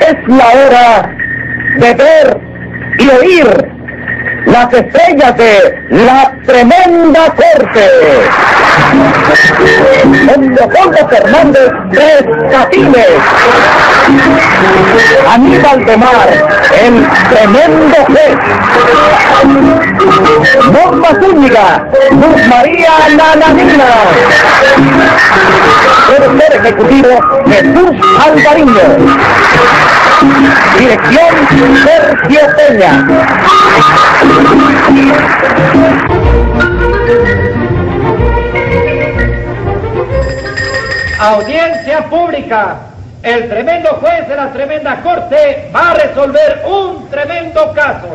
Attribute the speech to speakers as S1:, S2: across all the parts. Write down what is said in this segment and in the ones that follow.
S1: Es la hora de ver y oír las estrellas de la tremenda corte. Don Leopoldo Fernández Tres Catines. Aníbal de Mar, el tremendo juez. Norma Zúñiga, Luz María Nananina. Tercer ejecutivo, Jesús Alvariño. Dirección Sergio Peña.
S2: Audiencia pública. El tremendo juez de la tremenda corte va a resolver un tremendo caso.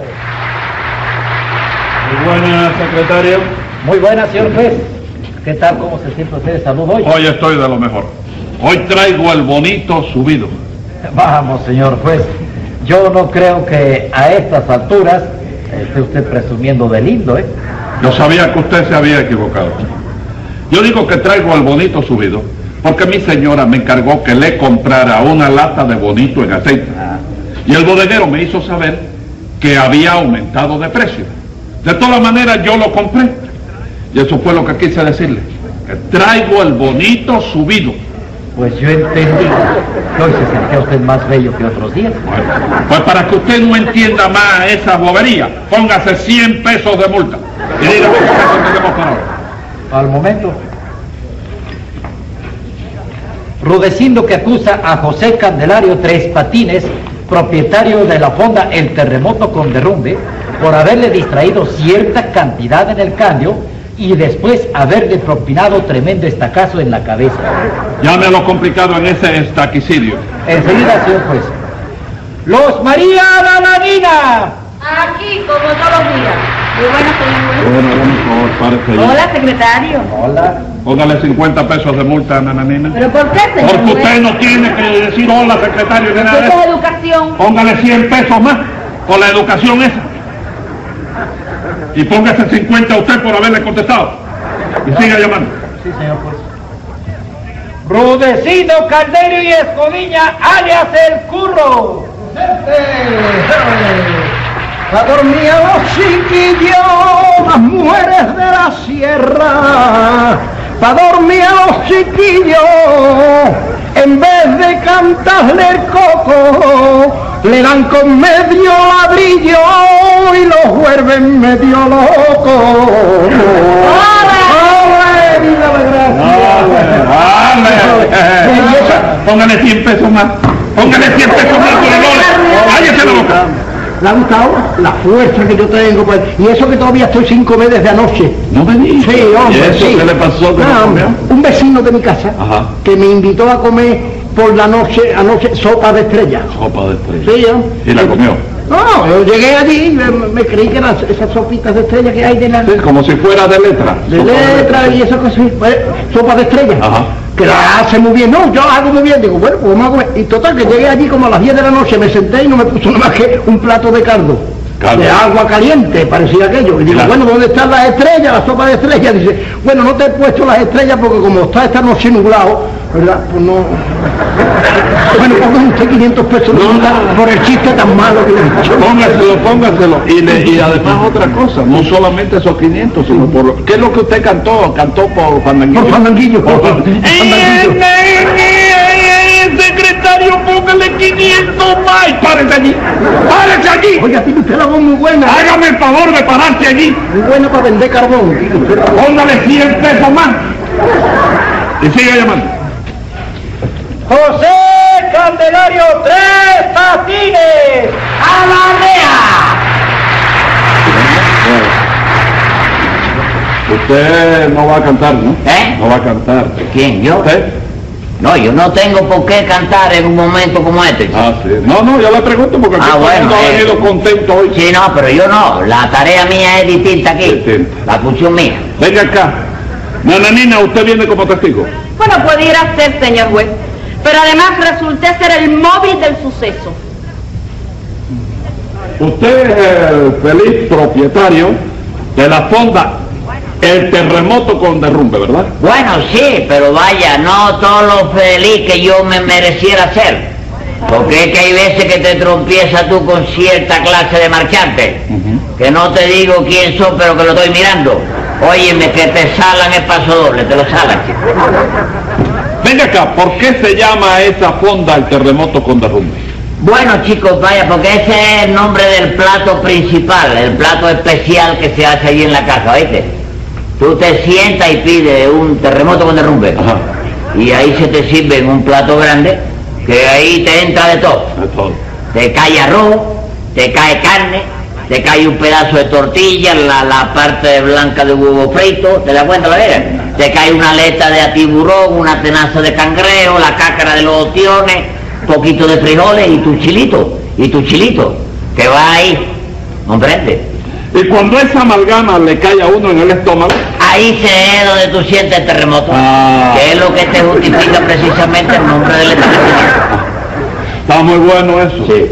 S3: Muy buenas, secretario.
S2: Muy buena, señor juez. ¿Qué tal? ¿Cómo se siente usted de salud hoy?
S3: Hoy estoy de lo mejor. Hoy traigo el bonito subido.
S4: Vamos, señor juez. Yo no creo que a estas alturas esté usted presumiendo de lindo, ¿eh?
S3: Yo sabía que usted se había equivocado. Yo digo que traigo el bonito subido porque mi señora me encargó que le comprara una lata de bonito en aceite. Y el bodeguero me hizo saber que había aumentado de precio. De todas maneras yo lo compré. Y eso fue lo que quise decirle. Que traigo el bonito subido.
S4: Pues yo entendí que hoy se sentía usted más bello que otros días.
S3: Bueno, pues para que usted no entienda más esa bobería, póngase 100 pesos de multa. Y dígame qué pesos tenemos para ahora.
S4: Al momento. Rudecindo que acusa a José Candelario Tres Patines, propietario de la fonda El Terremoto con Derrumbe, por haberle distraído cierta cantidad en el cambio y después haberle propinado tremendo estacazo en la cabeza.
S3: Llámelo complicado en ese estaquicidio.
S4: Enseguida, señor juez. Los María Dananina.
S5: Aquí, como todos los días. Muy buenas, señor.
S3: Bueno, bueno, por favor, párese ahí.
S5: Hola, secretario.
S4: Hola.
S3: Póngale 50 pesos de multa a Nananina.
S5: ¿Pero por qué, señor?
S3: Porque
S5: juez?
S3: usted no tiene que decir hola, secretario, ni nada de
S5: Esto es
S3: eso.
S5: educación.
S3: Póngale 100 pesos más por la educación esa. Y póngase 50 a usted por haberle contestado. Y siga llamando.
S4: Sí, señor juez.
S2: Rudecindo Caldero y Escodiña, alias El Curro.
S6: dormía los chiquillos, las mujeres de la sierra. Pa' dormir a los chiquillos, en vez de cantarle el coco, le dan con medio ladrillo y los vuelven medio loco. ¡Ole! ¡Viva la gracia!
S3: ¡Ale! Póngale 100 pesos más. Póngale 100 pesos más por el ole. ¡Cállese la boca!
S6: ¿Le ha gustado? La fuerza que yo tengo, pues. Y eso que todavía estoy sin comer desde anoche.
S3: No me digas.
S6: Sí, hombre,
S3: ¿Y eso
S6: sí.
S3: qué le pasó? que no
S6: Ah,
S3: comió?
S6: un vecino de mi casa
S3: Ajá.
S6: que me invitó a comer por la noche, anoche, sopa de estrella.
S3: Sopa de estrella.
S6: Sí, ¿no?
S3: ¿Y la comió?
S6: No, yo llegué allí y me, me creí que eran esas sopitas de estrella que hay de la...
S3: Sí, como si fuera de letra.
S6: De
S3: Sopa
S6: letra y esas cosas, pues, sopa de estrella.
S3: Ajá.
S6: Que la hace muy bien, no, yo la hago muy bien, digo, bueno, pues vamos a comer. Y total, que llegué allí como a las 10 de la noche, me senté y no me puso nada más que un plato de caldo.
S3: Caldo.
S6: De agua caliente, parecía aquello. Y digo,
S3: Claro.
S6: bueno, ¿dónde están las estrellas, la sopa de estrellas? Dice, bueno, no te he puesto las estrellas porque como está esta noche nublado, ¿verdad? Pues no... bueno, pongan usted 500 pesos
S3: no.
S6: por el chiste tan malo que le he hecho.
S3: Póngaselo, póngaselo. Y, le- y además otra cosa, no solamente esos 500, sino por... lo- ¿Qué es lo que usted cantó? Cantó por ¡Eh! Fandanguillo.
S6: Por fandanguillo, por fandanguillo.
S3: E secretario, póngale 500 más. Párese allí. Párese allí.
S6: Oiga, tiene usted la voz muy buena,
S3: Hágame el favor de pararse allí.
S6: muy buena para vender carbón. Digo, usted la voz-
S3: Póngale 100 pesos más. Y siga llamando.
S2: José Candelario Tres Patines. ¡A la DEA!
S3: Usted no va a cantar, ¿no?
S7: ¿Eh?
S3: No va a cantar. ¿Eh?
S7: ¿Quién? ¿Yo?
S3: ¿Usted?
S7: No, yo no tengo por qué cantar en un momento como este. chico.
S3: Ah, sí. No, no, yo le pregunto porque aquí
S7: Ah,
S3: todo el
S7: bueno,
S3: mundo ha
S7: eh.
S3: venido contento hoy.
S7: Sí, no, pero yo no. La tarea mía es distinta aquí.
S3: Distinta.
S7: La función mía.
S3: Venga acá. Nananina, usted viene como testigo.
S5: Bueno, pudiera ser, señor juez. Pero además resulté ser el móvil del suceso.
S3: Usted es el feliz propietario de la fonda El terremoto con derrumbe, ¿verdad?
S7: Bueno, sí, pero vaya, no todo lo feliz que yo me mereciera ser. Porque es que hay veces que te trompiezas tú con cierta clase de marchante. Que no te digo quién son, pero que lo estoy mirando. Óyeme, que te salan el paso doble, te lo salan, chico.
S3: Venga acá, ¿por qué se llama esa fonda el terremoto con derrumbe?
S7: Bueno, chicos, vaya, porque ese es el nombre del plato principal, el plato especial que se hace allí en la casa, ¿oíste? Tú te sientas y pides un terremoto con derrumbe.
S3: Ajá.
S7: Y ahí se te sirve en un plato grande, que ahí te entra de todo.
S3: De todo.
S7: Te cae arroz, te cae carne, te cae un pedazo de tortilla, la, la parte blanca de huevo frito, ¿te das cuenta la vera? Te cae una aleta de atiburón, una tenaza de cangrejo, la cácara de los otiones, poquito de frijoles y tu chilito, y tu chilito, que va ahí, ¿comprendes?
S3: Y cuando esa amalgama le cae a uno en el estómago,
S7: Ahí se es donde tú sientes el terremoto,
S3: Ah.
S7: que es lo que te justifica precisamente el nombre del establecimiento.
S3: está muy bueno eso. Sí.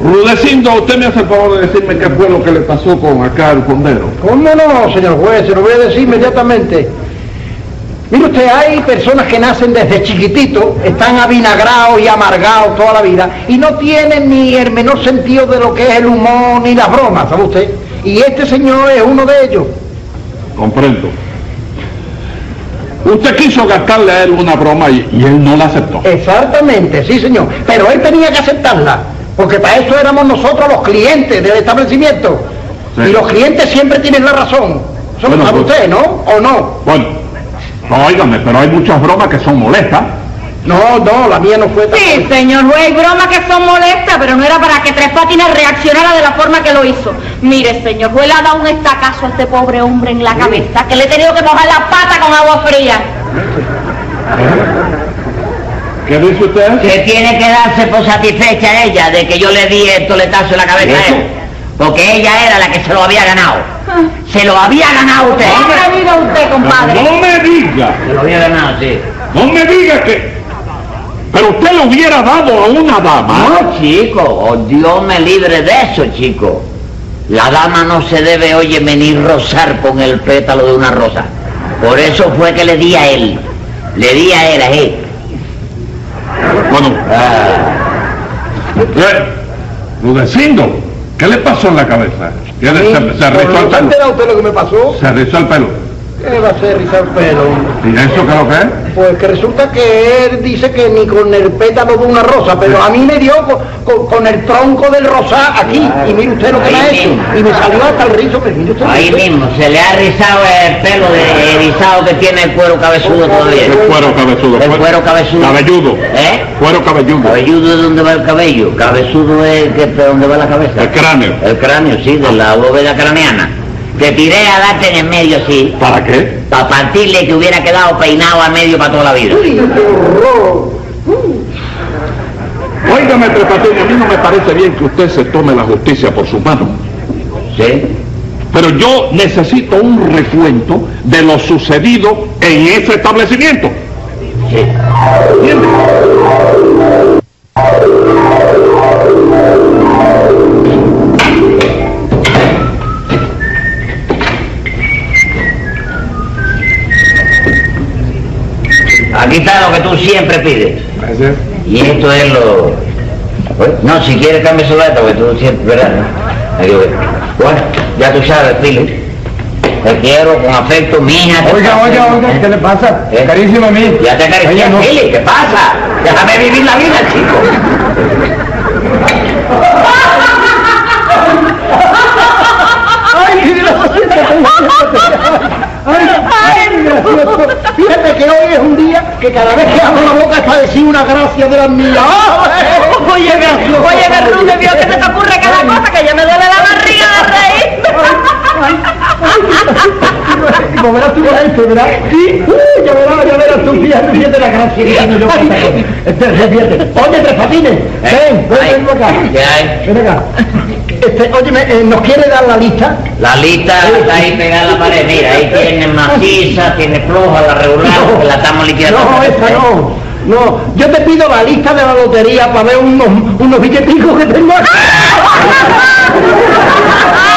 S3: Rudecindo, usted me hace el favor de decirme qué fue lo que le pasó con acá al fondero.
S6: ¿Cómo no, señor juez? Se lo voy a decir inmediatamente. Mire usted, hay personas que nacen desde chiquitito, están avinagrados y amargados toda la vida y no tienen ni el menor sentido de lo que es el humor ni las bromas, ¿sabe usted? Y este señor es uno de ellos.
S3: Comprendo. Usted quiso gastarle a él una broma y, y él no la aceptó.
S6: Exactamente, sí señor. Pero él tenía que aceptarla, porque para eso éramos nosotros los clientes del establecimiento.
S3: Sí.
S6: Y los clientes siempre tienen la razón. Eso lo
S3: Bueno,
S6: sabe
S3: pues-
S6: usted, ¿no? ¿O no?
S3: Bueno, no, óigame, pero hay muchas bromas que son molestas.
S6: No, no, la mía no fue tan...
S5: Sí, señor juez, bromas que son molestas, pero no era para que Tres Patines reaccionara de la forma que lo hizo. Mire, señor juez, le ha dado un estacazo a este pobre hombre en la cabeza, que le he tenido que mojar la pata con agua fría.
S3: ¿Qué dice usted?
S7: que tiene que darse por satisfecha ella de que yo le di el toletazo en la cabeza a
S3: Eso.
S7: él. Porque ella era la que se lo había ganado. Se lo había ganado usted.
S5: ¿Cómo vive usted, compadre?
S3: No me diga,
S7: Se lo había ganado, sí.
S3: no me diga que... Pero usted le hubiera dado a una dama.
S7: No, chico, oh, Dios me libre de eso, chico. La dama no se debe, óyeme, ni rozar con el pétalo de una rosa. Por eso fue que le di a él. Le di a él, a él.
S3: Bueno, eh, Rudecindo, ¿qué le pasó en la cabeza? ¿Qué le- se, se rizó el
S6: ¿Se
S3: pelo.
S6: entera usted lo que me pasó?
S3: Se rizó el pelo.
S6: ¿Qué va a hacer rizar pelo?
S3: ¿Y eso qué es lo que es?
S6: Pues que resulta que él dice que ni con el pétalo de una rosa, pero a mí me dio co- co- con, el tronco del rosá aquí, y mire usted lo que me ha
S7: Ahí
S6: hecho,
S7: mismo.
S6: y me salió hasta el rizo, pero mire usted...
S7: Ahí mismo, se le ha rizado el pelo de erizado que tiene el cuero cabezudo todavía.
S3: El cuero cabezudo. pues.
S7: El cuero cabezudo.
S3: Cabelludo.
S7: ¿Eh?
S3: Cuero cabelludo.
S7: Cabelludo es donde va el cabello, cabezudo es que- de donde va la cabeza.
S3: El cráneo.
S7: El cráneo, sí, de la bóveda craneana. Te tiré a darte en el medio, sí,
S3: ¿Para qué?
S7: para partirle que hubiera quedado peinado a medio para toda la vida.
S6: ¡Uy, qué horror!
S3: Óigame, Tres Patines, a mí no me parece bien que usted se tome la justicia por sus manos.
S7: ¿Sí?
S3: Pero yo necesito un recuento de lo sucedido en ese establecimiento.
S7: Sí.
S3: ¿Entiende?
S7: Aquí está lo que tú siempre pides. Y esto es lo... Oye, No, si quieres cambia su lata, porque tú siempre, ¿verdad? Ahí lo ves. Bueno, ya tú sabes, Pili. Te quiero con afecto, mi hija. te
S8: Oiga,
S7: quiero.
S8: oiga, oiga, ¿qué le pasa?
S7: ¿Eh?
S8: Carísimo a mí.
S7: Ya te acaricié,
S8: Oiga, no.
S7: Pili, ¿qué pasa? Déjame vivir la vida, chico.
S6: ¡Ay, Fíjate que hoy es un día que cada vez que abro la boca es para decir una gracia de las mías.
S5: Oye, me- oye, Berruce, vio que se te ocurre cada cosa, que ya me duele la barriga de reír.
S6: Como verás tú verás esto, ¿verdad? Sí. Uh, ya verás, ya verás tú, fíjate, fíjate la gracia que tiene yo. Espérate, fíjate. Oye, Tres Patines, ven, ven,
S7: ¿Eh? Ay, eh.
S6: ven acá.
S7: ¿Qué hay?
S6: Ven acá. Este, óyeme, eh, ¿nos quiere dar la lista?
S7: La lista está ahí pegada a la pared. Mira, ahí tiene maciza, tiene floja, la regular, que la estamos liquidando.
S6: No, esa no. ¡Oh! No, yo te pido la lista de la lotería para ver unos, unos billeticos que tengo aquí.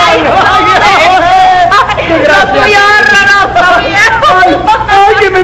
S5: Ay, hombre. gracias. Soy horroroso,
S6: ¡Ay,
S5: viejo.
S6: ay, que me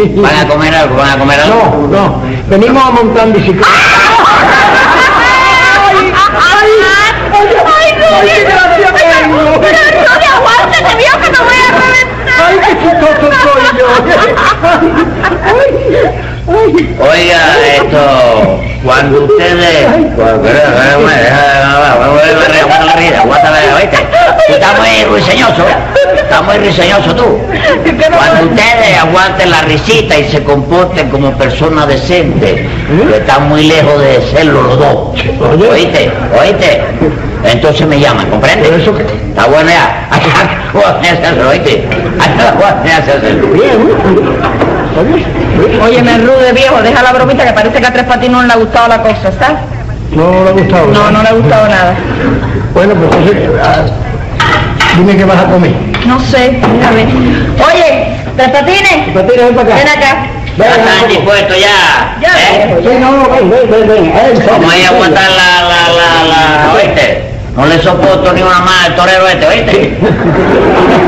S7: así. Van a comer algo, van a comer algo.
S6: No, no. Venimos a montar en
S7: ¡Ah!
S6: bicicleta.
S5: ¡Ay, ay, no!
S6: ¡Ay, qué gracia tengo!
S5: ¡Pero no te aguantes, te veo que te voy a reventar!
S6: ¡Ay, qué chistoso soy yo! ¡Ay, ay!
S7: Oiga, esto, cuando ustedes... Cuando- Pero, pero, bueno, deja- bueno, bueno, bueno, Aguanta la risa, aguanta la risa, ¿viste? Tú estás muy ruiseñoso, ¿eh? estás muy ruiseñoso tú. Cuando ustedes aguanten la risita y se comporten como personas decentes,
S6: ¿Eh?
S7: que están muy lejos de serlo los dos. ¿Oíste? ¿Oíste? Entonces me llaman, ¿comprende?
S6: ¿Pero eso qué?
S7: Está buena ya. Acabo de hacerlo, ¿oíste? Acabo de hacerlo.
S6: Bien.
S5: Oye, me rude viejo, deja la bromita que parece que a Tres Patines no le ha gustado la cosa, ¿sabes?
S6: No le ha gustado.
S5: No, no le ha gustado nada.
S6: Bueno, pues entonces, ah, dime qué vas a comer.
S5: No sé, a ver. Oye, Tres Patines,
S6: Patera, ven para
S5: ven
S6: acá.
S5: acá.
S6: Ven,
S7: Ya
S6: ven,
S7: están
S6: vamos.
S7: dispuestos ya.
S5: Ya.
S7: ¿eh?
S6: Ven, no, ven, ven, ven, ven. A ver,
S7: Vamos a ir
S6: sale,
S7: a aguantar la, la, la, la, oíste. No le soporto ni una más al torero este, oíste.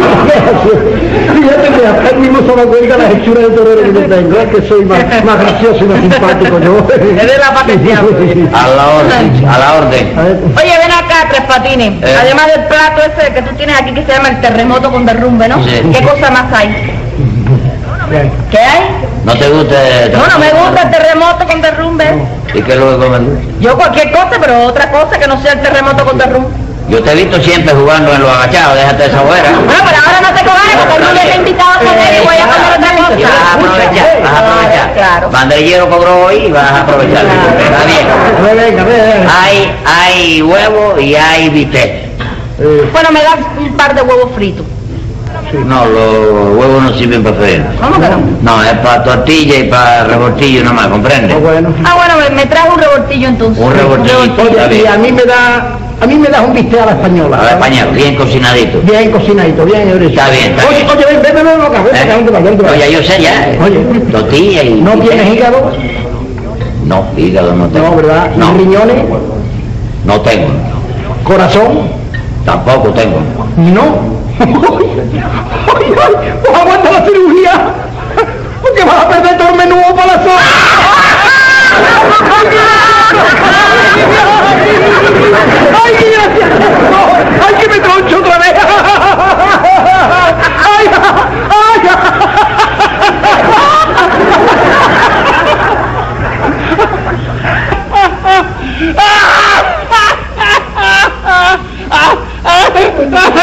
S6: sale. Fíjate que hasta él mismo se da cuenta la hechura de torero que yo tengo. Es que soy más, más gracioso y más simpático yo.
S5: Es de la pateteada, oye.
S7: A la orden, a la orden.
S6: A ver,
S5: Oye, ven acá, Tres Patines.
S7: Eh.
S5: Además del plato ese que tú tienes aquí que se llama el terremoto con derrumbe, ¿no?
S7: Sí.
S5: ¿Qué cosa más hay?
S6: bien.
S5: ¿Qué hay?
S7: No te gusta.
S5: No, no me gusta el terremoto con derrumbe.
S7: ¿Y qué es lo que comen?
S5: Yo cualquier cosa, pero otra cosa que no sea el terremoto con derrumbe.
S7: Yo te he visto siempre jugando en los agachados, déjate esa fuera.
S5: Bueno, pero ahora no te cobarde porque tú me has invitado a comer y voy a comer otra cosa.
S7: Y vas Eh, a aprovechar, vas a aprovechar.
S5: eh, Claro, claro.
S7: Banderillero cobró hoy y vas a aprovechar. Está bien.
S6: Venga, venga, venga.
S7: Hay, hay huevo y hay bistec.
S6: Eh,
S5: Bueno, me das un par de huevos fritos.
S7: No, los huevos no sirven para freír.
S5: ¿Cómo que no?
S7: No, es para tortilla y para revoltillo nomás, ¿comprende?
S6: ah, bueno.
S5: Ah, bueno, me, me trajo un revoltillo entonces.
S7: Un revoltillo, está
S6: Oye, y a
S7: bien.
S6: mí me da, a mí me das un bistec a la española.
S7: A la española, bien cocinadito.
S6: Bien cocinadito, bien hebreo.
S7: Está bien, está
S6: Oye,
S7: bien.
S6: oye, ven, ven, ven, ven, acá, ven, acá,
S7: ¿Eh?
S6: ven, ven, ven, ven.
S7: Oye, yo sé ya. eh.
S6: Oye.
S7: Tortilla y...
S6: ¿No
S7: y-
S6: tienes hígado?
S7: No, hígado no tengo.
S6: No, ¿verdad?
S7: No,
S6: ¿Ni riñones?
S7: no tengo.
S6: ¿Corazón?
S7: Tampoco tengo.
S6: No. Oye, oye, pues aguanta la cirugía. Porque vas a perder todo el menú para la sopa. ¡Ay, qué gracia! No, ¡Ay, que me troncho otra vez! ¡Ay, ay, ay!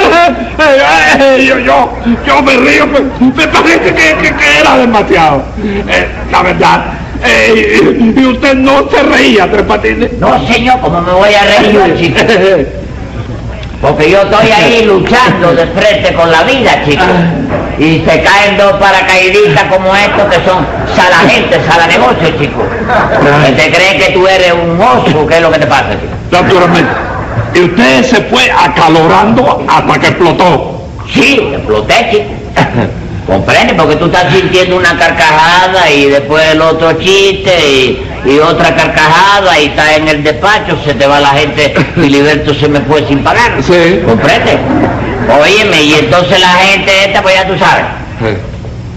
S3: Eh, Yo, yo, yo me río, me, me parece que, que- que era demasiado. Eh, la verdad. Eh, y, y usted no se reía, Tres Patines.
S7: No, señor, ¿cómo me voy a reír yo, chico? Porque yo estoy ahí luchando de frente con la vida, chico. Y se caen dos paracaidistas como estos que son sala gente, sala negocio, chico. Que te creen que tú eres un oso, ¿qué es lo que te pasa, chico?
S3: Naturalmente. Y usted se fue acalorando hasta que explotó.
S7: Sí, exploté, chico. Comprende, porque tú estás sintiendo una carcajada y después el otro chiste y, y otra carcajada y estás en el despacho, se te va la gente y Liberto se me fue sin pagar.
S3: Sí.
S7: ¿Comprende? Óyeme, y entonces la gente esta, pues ya tú sabes.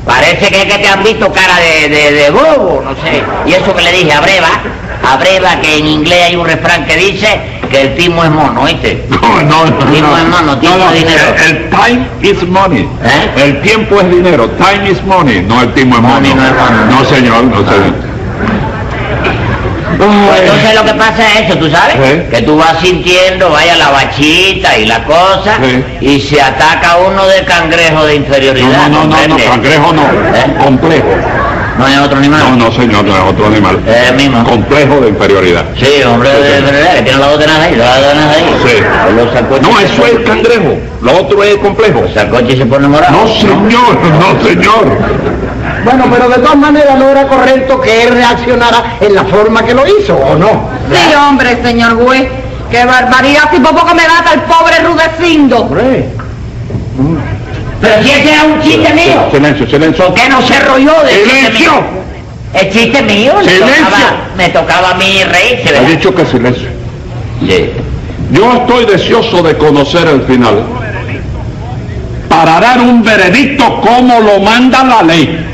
S7: Parece que, es que te han visto cara de, de, de bobo, no sé. Y eso que le dije a Breva, a Breva que en inglés hay un refrán que dice que el timo es mono, ¿oíste?
S3: No, no, no.
S7: Timo es mono, timo es dinero.
S3: El, el time is money.
S7: ¿Eh?
S3: El tiempo es dinero. Time is money. No, el timo es mono.
S7: Money no es mono.
S3: No, señor, no señor.
S7: Pues
S3: Ay.
S7: entonces lo que pasa es eso, ¿tú sabes?
S3: Sí.
S7: Que tú vas sintiendo, vaya la bachita y la cosa,
S3: Sí.
S7: y se ataca uno de cangrejo de
S3: No, no, no,
S7: inferioridad.
S3: no, no,
S7: ¿comprende?
S3: cangrejo no,
S7: ¿Eh?
S3: complejo.
S7: no es otro animal.
S3: No, no, señor, no es otro animal.
S7: Es el mismo.
S3: Complejo de inferioridad.
S7: Sí, hombre de verdad, que tiene la dos tenadas ahí, la dos tenadas ahí.
S3: Sí.
S7: Los sacoches
S3: No,
S7: se
S3: eso es
S7: ponen-
S3: el cangrejo. Lo otro es el complejo.
S7: Los sacoches se ponen morados.
S3: No, señor, no, señor.
S6: Bueno, pero de todas maneras no era correcto que él reaccionara en la forma que lo hizo, ¿o no?
S5: Sí, hombre, señor juez. Qué barbaridad, si por poco me mata el pobre Rudecindo.
S6: Hombre,
S7: Pero si ese es un chiste mío.
S3: Silencio, silencio.
S7: ¿Por qué no se rolló de
S3: ¡Silencio!
S7: El chiste mío. me
S3: ¡Silencio!
S7: tocaba- Me tocaba a mí reírse,
S3: Ha
S7: ¿verdad?
S3: dicho que silencio.
S7: Sí.
S3: Yo estoy deseoso de conocer el final. Para dar un veredicto como lo manda la ley.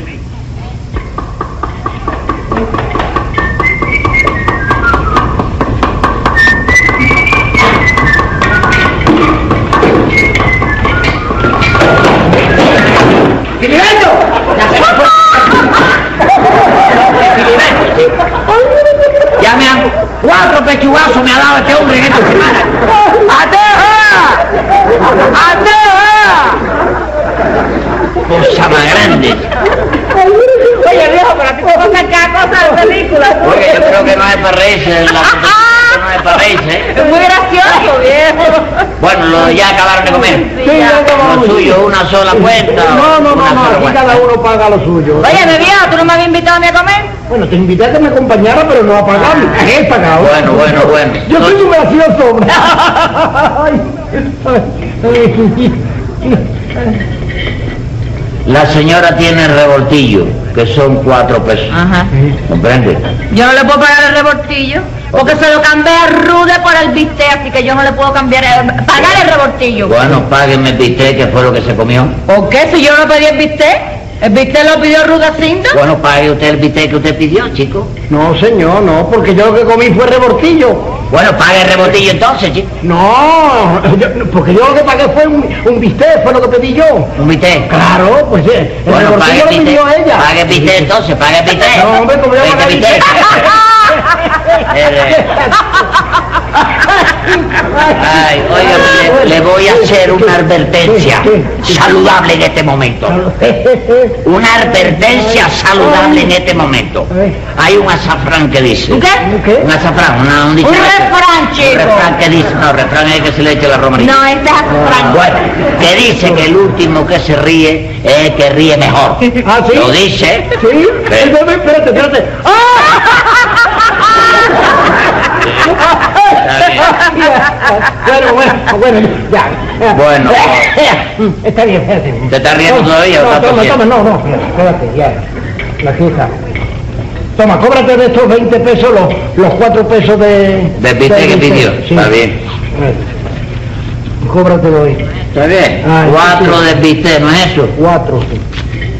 S7: Ya me han... Cuatro pechugazos me ha dado este hombre en esta semana. ¡Ateja! ¡Ateja! Cosa más grande.
S5: Oye, viejo, pero aquí cosa cada cosa de película.
S7: Porque yo creo que no es para reírse. La competición no es para reírse. ¿eh?
S5: Es muy gracioso, viejo.
S7: Bueno, lo, ya acabaron de comer.
S6: sí, ya acabamos.
S7: Lo suyo, una sola cuenta.
S6: No, no, no,
S7: una
S6: no,
S7: sola
S6: aquí
S7: cuenta.
S6: cada uno paga lo suyo.
S5: Oye, mi viejo, ¿tú no me habías invitado a mí a comer?
S6: Bueno, te invité a que me acompañara, pero no a pagar. ¿Qué he pagado?
S7: Ah, Bueno, bueno, bueno.
S6: Yo soy un gracioso, hombre.
S7: La señora tiene revoltillo, que son cuatro pesos.
S6: Ah.
S5: Ajá.
S7: ¿Comprende?
S5: Yo no le puedo pagar el revoltillo porque se lo cambié a Rude por el bistec, así que yo no le puedo cambiar el- pagar el revoltillo.
S7: Bueno, páguenme el bistec, que fue lo que se comió.
S5: ¿Por qué? Si yo no pedí el bistec, el bistec lo pidió Rudecindo.
S7: Bueno, pague usted el bistec que usted pidió, chico.
S6: No, señor, no, porque yo lo que comí fue rebortillo.
S7: Bueno, pague el rebotillo entonces, chico.
S6: No, yo- porque yo lo que pagué fue un, un bistec, fue lo que pedí yo.
S7: Un bistec.
S6: Claro, pues eh, el
S7: Bueno, pague
S6: rebortillo
S7: el
S6: lo
S7: bistec.
S6: pidió ella.
S7: Pague el bistec entonces, pague el bistec.
S6: No, hombre, ¿cómo voy a
S7: Veinte
S6: pagar el
S7: bistec. Eh, eh. Ay, oiga, le, le voy a hacer una advertencia saludable en este momento. Una advertencia saludable en este momento. Hay un azafrán que dice.
S5: ¿Un qué?
S6: ¿Un qué?
S7: Un azafrán, una, un
S5: Un
S7: diccionario.
S5: refrán,
S7: Un refrán
S5: chico.
S7: que dice, no, refrán es el que se le eche la romería.
S5: No, este es azafrán.
S7: Bueno, que dice que el último que se ríe es el que ríe mejor.
S6: ¿Ah, sí?
S7: Lo dice.
S6: ¿Sí? Entonces, espérate, espérate.
S7: Está bien.
S6: Bueno, bueno, bueno, ya. ya.
S7: Bueno.
S6: Está bien, espérate.
S7: ¿Te estás riendo todavía o
S6: No,
S7: estás
S6: toma,
S7: tosiendo?
S6: toma, no, no, espérate, ya. La quita. Toma, cóbrate de estos 20 pesos los, los 4 pesos de...
S7: Del bistec que pidió. Está bien.
S6: Cóbrate hoy.
S7: Está bien.
S6: Ay,
S7: Cuatro
S6: sí.
S7: de bistec, ¿no es eso?
S6: 4,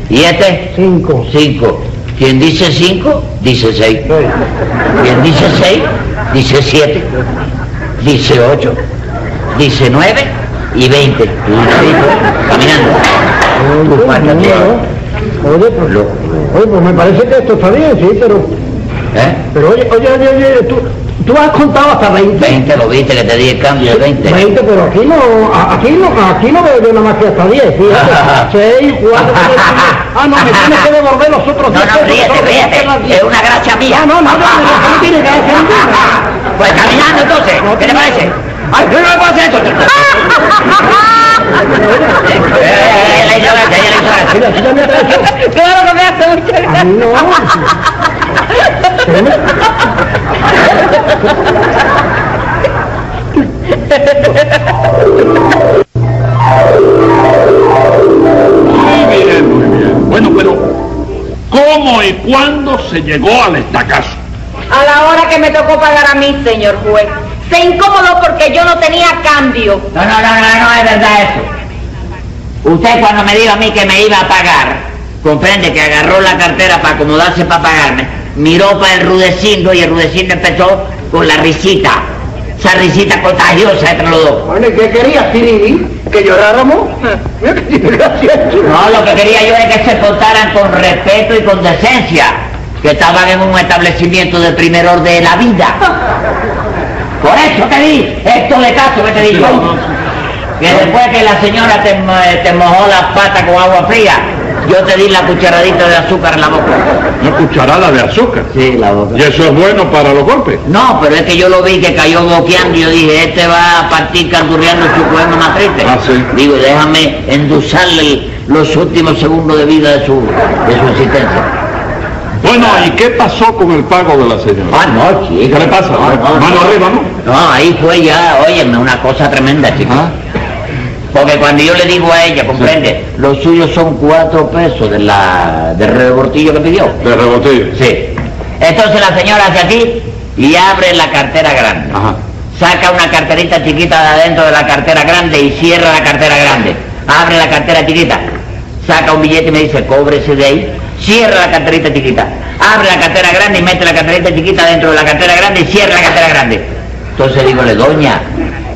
S7: ¿Y este?
S6: 5.
S7: Cinco. Quien dice cinco, dice seis. Quien dice seis, dice siete. Dice ocho. Dice nueve y veinte. Y uno dijo, caminando. Tú pásate.
S6: Oye, pues, oye, pues me parece que esto está bien, sí, pero...
S7: ¿Eh?
S6: Pero oye, oye, oye, oye, tú, tú has contado hasta 20.
S7: Veinte, lo viste que te di el cambio de veinte.
S6: 20, pero aquí no, a- aquí no, aquí no veo yo nada más que hasta 10, fíjate, 6, 4, 5, ah, no, me tienes que devolver los otros
S7: No,
S6: 10
S7: no, ríete, ríete. Es una gracia mía.
S6: Ah, No, no, no, no, no, no tiene gracia ninguna.
S7: Pues caminando entonces. ¿Qué te parece? ¡Ay, yo no me puedo hacer esto! Eh, eh, eh, la ignorancia, la ignorancia.
S6: Mira, tú ya me has hecho,
S5: Claro que me hace mucha
S6: a mí no,
S3: Muy bien, muy bien. Bueno, pero ¿cómo y cuándo se llegó al estacazo?
S5: A la hora que me tocó pagar a mí, señor juez. Se incomodó porque yo no tenía cambio.
S7: No, no, no, no, no es verdad eso. Usted cuando me dijo a mí que me iba a pagar, comprende que agarró la cartera para acomodarse para pagarme, miró para el rudecindo y el rudecindo empezó con la risita, esa risita contagiosa entre los dos.
S6: bueno, ¿y qué querías, Tiriri? ¿Que lloráramos? Mira que tiene gracia.
S7: No, lo que quería yo es que se portaran con respeto y con decencia, que estaban en un establecimiento de primer orden de la vida. Por eso te di, esto de caso que te di eh, yo. Que después que la señora te, mo- te mojó las patas con agua fría, Yo te di la cucharadita de azúcar en la boca.
S3: Una cucharada de azúcar.
S7: Sí, la boca.
S3: Y eso es bueno para los golpes.
S7: No, pero es que yo lo vi que cayó boqueando y yo dije, este va a partir canturreando su poema más triste.
S3: Ah, sí.
S7: Digo, déjame endulzarle el- los últimos segundos de vida de su, de su existencia.
S3: Bueno, ¿y qué pasó con el pago de la señora?
S7: Ah, no, chico.
S3: ¿Qué le pasa?
S7: No, no,
S3: Mano
S7: no.
S3: arriba, ¿no?
S7: No, ahí fue ya, óyeme, una cosa tremenda, chico.
S3: Ah.
S7: Porque cuando yo le digo a ella, comprende, los suyos son cuatro pesos de la, del revoltillo que pidió.
S3: De rebotillo.
S7: Sí. Entonces la señora hace así y abre la cartera grande.
S3: Ajá.
S7: Saca una carterita chiquita de adentro de la cartera grande y cierra la cartera grande. Abre la cartera chiquita. Saca un billete y me dice, cóbrese de ahí. Cierra la carterita chiquita. Abre la cartera grande y mete la carterita chiquita dentro de la cartera grande y cierra la cartera grande. Entonces dígole, doña,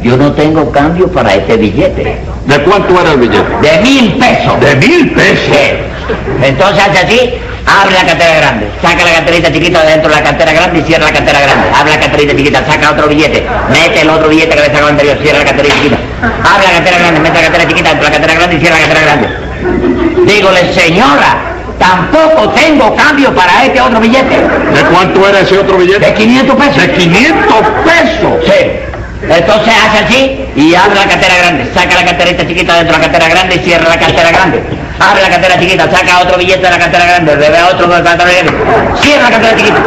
S7: yo no tengo cambio para este billete.
S3: ¿De cuánto era el billete?
S7: De mil pesos.
S3: De mil pesos.
S7: Sí. Entonces hace así, abre la cartera grande, saca la carterita chiquita dentro de la cartera grande y cierra la cartera grande. Abre la carterita chiquita, saca otro billete, mete el otro billete que le sacó anterior, cierra la cartera chiquita. Abre la cartera grande, mete la cartera chiquita dentro de la cartera grande y cierra la cartera grande. Dígole, señora, tampoco tengo cambio para este otro billete.
S3: ¿De cuánto era ese otro billete?
S7: De 500 pesos.
S3: De 500 pesos.
S7: Sí. Entonces hace así y abre la cartera grande, saca la carterita chiquita dentro de la cartera grande y cierra la cartera grande. Abre la cartera chiquita, saca otro billete de la cartera grande, le da otro de la cartera grande, cierra la cartera chiquita.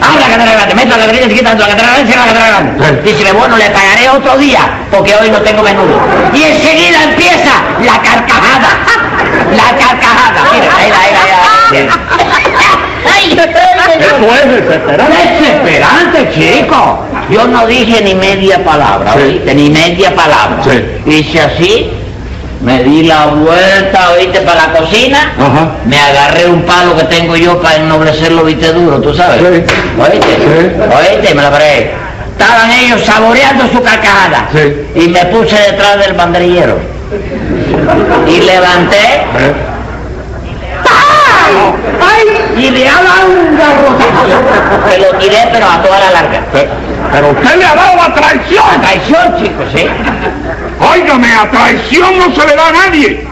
S7: Abre la cartera grande, mete la cartera chiquita dentro de la cartera grande, cierra la cartera grande. Dice, bueno, le pagaré otro día porque hoy no tengo menudo. Y enseguida empieza la carcajada. La carcajada. Mira, ahí, ahí, ahí, ahí.
S3: Eso es desesperante.
S7: Desesperante, chico. Yo no dije ni media palabra,
S3: Sí.
S7: ¿oíste? Ni media palabra.
S3: Sí.
S7: Hice así, me di la vuelta, ¿oíste? Para la cocina.
S3: Ajá.
S7: Me agarré un palo que tengo yo para ennoblecer los viste duro, ¿tú sabes?
S3: Sí.
S7: ¿Oíste?
S3: Sí.
S7: ¿Oíste? Me la paré. Estaban ellos saboreando su carcajada.
S3: Sí.
S7: Y me puse detrás del banderillero. Y levanté
S3: ¿Eh?
S7: y le daba un garrotazo. Se lo tiré, pero a toda la larga.
S3: Pe- Pero usted le ha dado la traición.
S7: Traición, chicos, ¿sí?
S3: Óigame, a traición no se le da a nadie.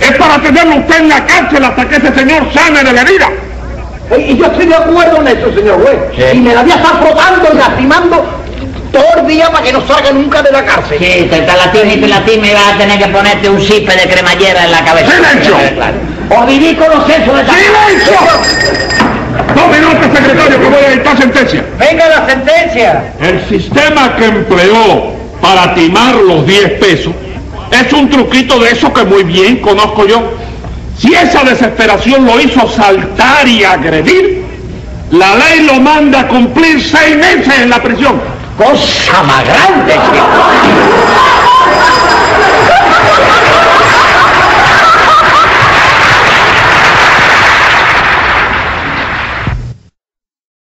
S3: Es para tenerlo usted en la cárcel hasta que ese señor sane de la herida.
S6: Y yo estoy de acuerdo en eso, señor juez.
S7: Sí.
S6: Y me la voy a estar frotando y lastimando todo el día para que no salga nunca de la cárcel.
S7: Sí, te te latí y te latí y vas a tener que ponerte un zipe de cremallera en la cabeza.
S3: ¡Silencio!
S7: Claro. O viví con los sesos de
S3: ¡Silencio! Tome nota, secretario, que voy a dictar sentencia.
S2: Venga la sentencia.
S3: El sistema que empleó para timar los 10 pesos es un truquito de eso que muy bien conozco yo. Si esa desesperación lo hizo saltar y agredir, la ley lo manda a cumplir seis meses en la prisión.
S7: Cosa más grande, chico.